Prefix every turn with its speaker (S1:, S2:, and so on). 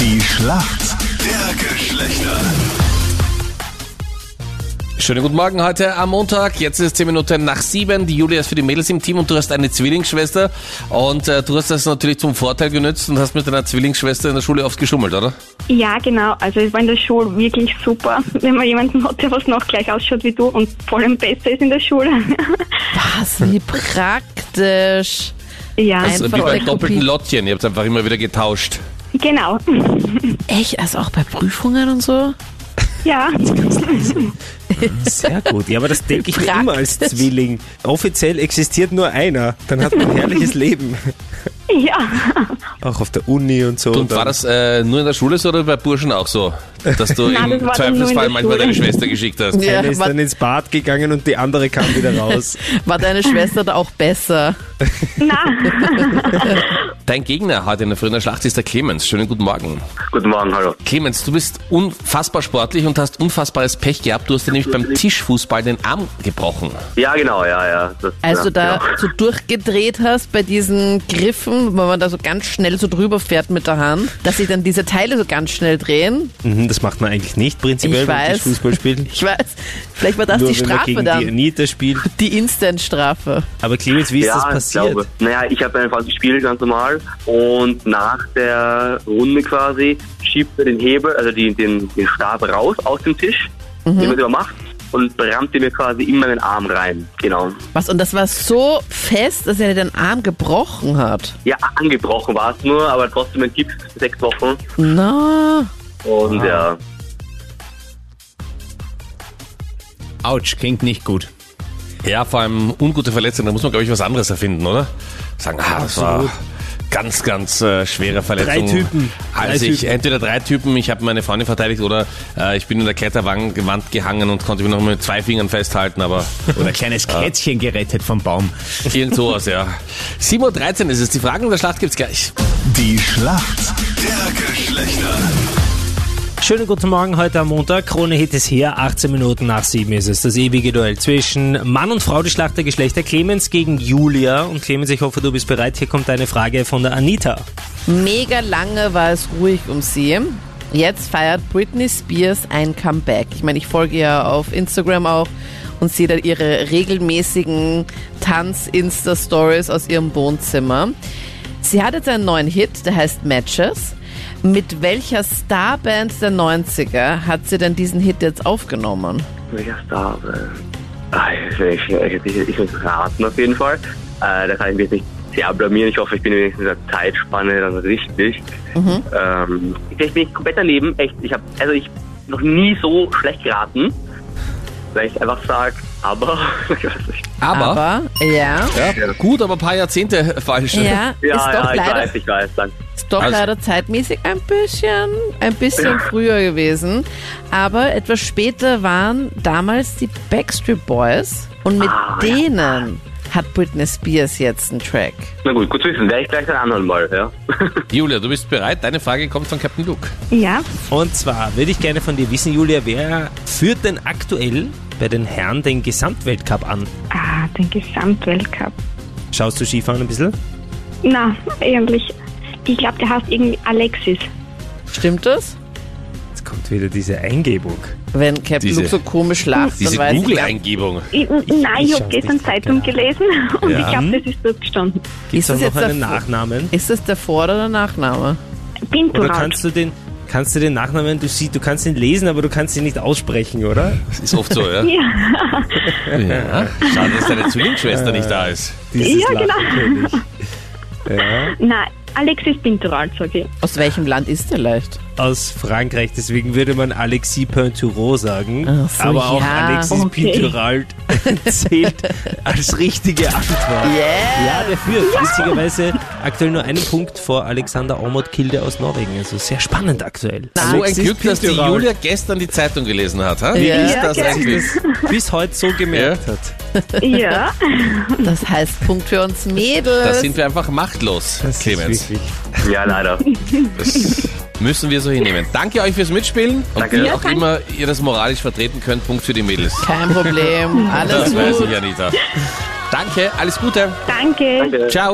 S1: Die Schlacht der Geschlechter.
S2: Schönen guten Morgen heute am Montag. Jetzt ist 10 Minuten nach 7. Die Julia ist für die Mädels im Team und du hast eine Zwillingsschwester. Und äh, du hast das natürlich zum Vorteil genützt und hast mit deiner Zwillingsschwester in der Schule oft geschummelt, oder?
S3: Ja, genau. Also es war in der Schule wirklich super, wenn man jemanden hat, der was noch gleich ausschaut wie du und voll am Beste ist in der Schule.
S4: Was? Wie Ah, praktisch.
S3: ja,
S4: Also-
S2: Wie
S4: Einfach
S2: bei
S4: eine
S2: doppelten
S4: Kopie.
S2: Lottchen. Ihr habt einfach immer wieder getauscht.
S3: genau.
S4: Echt? Also auch bei Prüfungen und so?
S3: Ja,
S5: Sehr gut. Ja, aber das denke ich mir
S4: Praktisch.
S5: immer als Zwilling. Offiziell existiert nur einer. Dann hat man ein herrliches Leben.
S3: ja.
S5: Auch auf der Uni und so.
S2: Und war das äh, nur in der Schule so oder bei Burschen auch so? Dass du
S3: Nein, das
S2: im
S3: war dann nur in der
S2: Zweifelsfall manchmal
S3: Schule.
S2: deine Schwester geschickt hast.
S4: Ja.
S5: Eine ist
S4: was-
S5: dann ins Bad gegangen und die andere kam wieder raus.
S4: War deine Schwester da auch besser?
S3: Na,
S2: Dein Gegner heute in der frühen Schlacht ist der Clemens. Schönen guten Morgen.
S6: Guten Morgen, hallo.
S2: Clemens, du bist unfassbar sportlich und hast unfassbares Pech gehabt. Du hast dir nämlich beim Tischfußball den Arm gebrochen.
S6: Ja, genau, ja, ja. Das,
S4: Als du Also
S6: ja,
S4: da
S6: Genau.
S4: so durchgedreht hast bei diesen Griffen, wenn man da so ganz schnell so drüber fährt mit der Hand, dass sich dann diese Teile so ganz schnell drehen.
S5: Mhm, das macht man eigentlich nicht prinzipiell,
S4: Ich
S5: wenn man
S4: weiß.
S5: Fußball spielt.
S4: Ich weiß, vielleicht war das
S5: Nur
S4: die
S5: wenn man
S4: Strafe
S5: gegen die
S4: dann.
S5: Anita spielt.
S4: Die Instant-Strafe.
S5: Aber Clemens, wie ist
S6: ja,
S5: das
S6: ich
S5: passiert?
S6: Glaube. Naja, ich habe einfach gespielt, ganz normal. Und nach der Runde quasi schiebt er den Hebel, also die, den, den Stab raus aus dem Tisch, den man übermacht, und rammt mir quasi in meinen Arm rein. Genau.
S4: Was? Und das war so fest, dass er dir den Arm gebrochen hat.
S6: Ja, angebrochen war es nur, aber trotzdem ein Gips für sechs Wochen.
S4: Na,
S6: Und ja,
S7: Autsch, klingt nicht gut.
S2: Ja, vor allem ungute Verletzungen, da muss man, glaube ich, was anderes erfinden, oder? Sagen, ah, das war ganz, ganz äh, schwere Verletzung.
S5: Drei Typen.
S2: Als
S5: Drei
S2: ich,
S5: Typen.
S2: entweder drei Typen, ich habe meine Freundin verteidigt oder äh, ich bin in der Kletterwand Wand gehangen und konnte mich noch mit zwei Fingern festhalten, aber
S7: Oder ein kleines
S5: Ah.
S7: Kätzchen gerettet vom Baum.
S2: irgend sowas, ja. 7.13 Uhr ist es, die Fragen der Schlacht gibt's gleich.
S1: Die Schlacht der Geschlechter.
S5: Schönen guten Morgen heute am Montag. Krone Hit ist hier, 18 Minuten nach 7 ist es. Das ewige Duell zwischen Mann und Frau, die Schlacht der Geschlechter. Clemens gegen Julia. Und Clemens, ich hoffe, du bist bereit. Hier kommt eine Frage von der Anita.
S4: mega lange war es ruhig um sie. Jetzt feiert Britney Spears ein Comeback. Ich meine, ich folge ja auf Instagram auch und sehe da ihre regelmäßigen Tanz-Insta-Stories aus ihrem Wohnzimmer. Sie hat jetzt einen neuen Hit, der heißt Matches. Mit welcher Starband der 90er hat sie denn diesen Hit jetzt aufgenommen?
S6: welcher Star? äh, ah, Ich, ich, ich, ich, ich muss raten auf jeden Fall. Äh, da kann ich mich jetzt nicht sehr blamieren. Ich hoffe, ich bin in dieser Zeitspanne dann richtig.
S4: Mhm.
S6: Ähm, vielleicht bin ich komplett daneben. Echt, ich habe also ich noch nie so schlecht geraten, weil ich einfach sage, aber ich weiß nicht.
S2: Aber,
S4: Aber ja,
S2: Ja, gut, aber ein paar Jahrzehnte falsch.
S4: ja,
S6: Ja,
S4: ist doch
S6: ja, ich
S4: leider
S6: weiß, ich weiß. Danke.
S4: Ist doch
S2: Also-
S4: leider zeitmäßig ein bisschen, ein bisschen früher gewesen. Aber etwas später waren damals die Backstreet Boys und mit
S2: Ah,
S4: denen hat Britney Spears jetzt einen Track.
S6: Na gut, gut zu wissen. Werde ich gleich dann anhören mal. Ja.
S2: Julia, du bist bereit? Deine Frage kommt von Captain Luke.
S3: ja.
S5: Und zwar würde ich gerne von dir wissen, Julia, wer führt denn aktuell bei den Herren den Gesamtweltcup an?
S3: Ah, den Gesamtweltcup.
S5: Schaust du Skifahren ein bisschen?
S3: Na, eigentlich. Ich glaube, der heißt irgendwie Alexis.
S4: Stimmt das?
S5: Jetzt kommt wieder diese Eingebung.
S4: Wenn Captain
S2: Diese-
S4: Luke so komisch lacht, dann
S2: Diese
S4: weiß ich gar-
S2: Google-Eingebung.
S3: Ich, nein, ich
S5: ich
S3: habe
S5: schau's
S3: gestern
S5: nicht,
S3: Zeitung
S5: genau.
S3: gelesen und
S2: Ja.
S3: ich glaube, das ist dort gestanden.
S5: Gibt es
S4: das
S5: auch noch
S4: jetzt
S5: einen
S4: der-
S5: Nachnamen?
S4: Ist das der Vor- oder der Nachname?
S5: Oder
S3: Pinturalt.
S5: kannst du den, kannst du den Nachnamen, du, sie, du kannst ihn lesen, aber du kannst ihn nicht aussprechen, oder?
S2: Das ist oft so, ja?
S3: Ja,
S2: ja. Schade, dass deine Zwillingsschwester nicht da ist.
S5: Dieses
S3: Ja, genau.
S5: Lachen kenn ich. Ja.
S3: nein, Alexis Pintural, sage ich.
S4: Aus welchem Land ist der leicht?
S5: aus Frankreich, deswegen würde man Alexis Pinturault sagen.
S4: Ach so,
S5: aber auch
S4: ja.
S5: Alexis
S3: Okay.
S5: Pinturault zählt als richtige Antwort. Ja, der führt. Witzigerweise aktuell nur einen Punkt vor Alexander Ormod Kilde aus Norwegen. Also sehr spannend aktuell.
S2: So ein
S5: Alexis
S2: Glück, dass die
S5: Pinturault
S2: Julia gestern die Zeitung gelesen hat. Ha? Wie
S4: Ja.
S2: ist
S4: Ja,
S2: das
S3: genau.
S2: eigentlich?
S5: bis heute so gemerkt hat.
S3: Ja,
S4: Das heißt Punkt für uns Mädels.
S2: Da sind wir einfach machtlos,
S5: Das
S2: Clemens.
S5: ist wirklich.
S6: ja, leider.
S2: Das müssen wir so hinnehmen. Danke euch fürs Mitspielen und
S6: Danke.
S2: wie
S6: Ja,
S2: auch immer ihr das moralisch vertreten könnt. Punkt für die Mädels.
S4: Kein Problem, alles
S2: Das
S4: gut.
S2: weiß ich, Anita. Danke, alles Gute.
S3: danke.
S6: Danke.
S2: Ciao.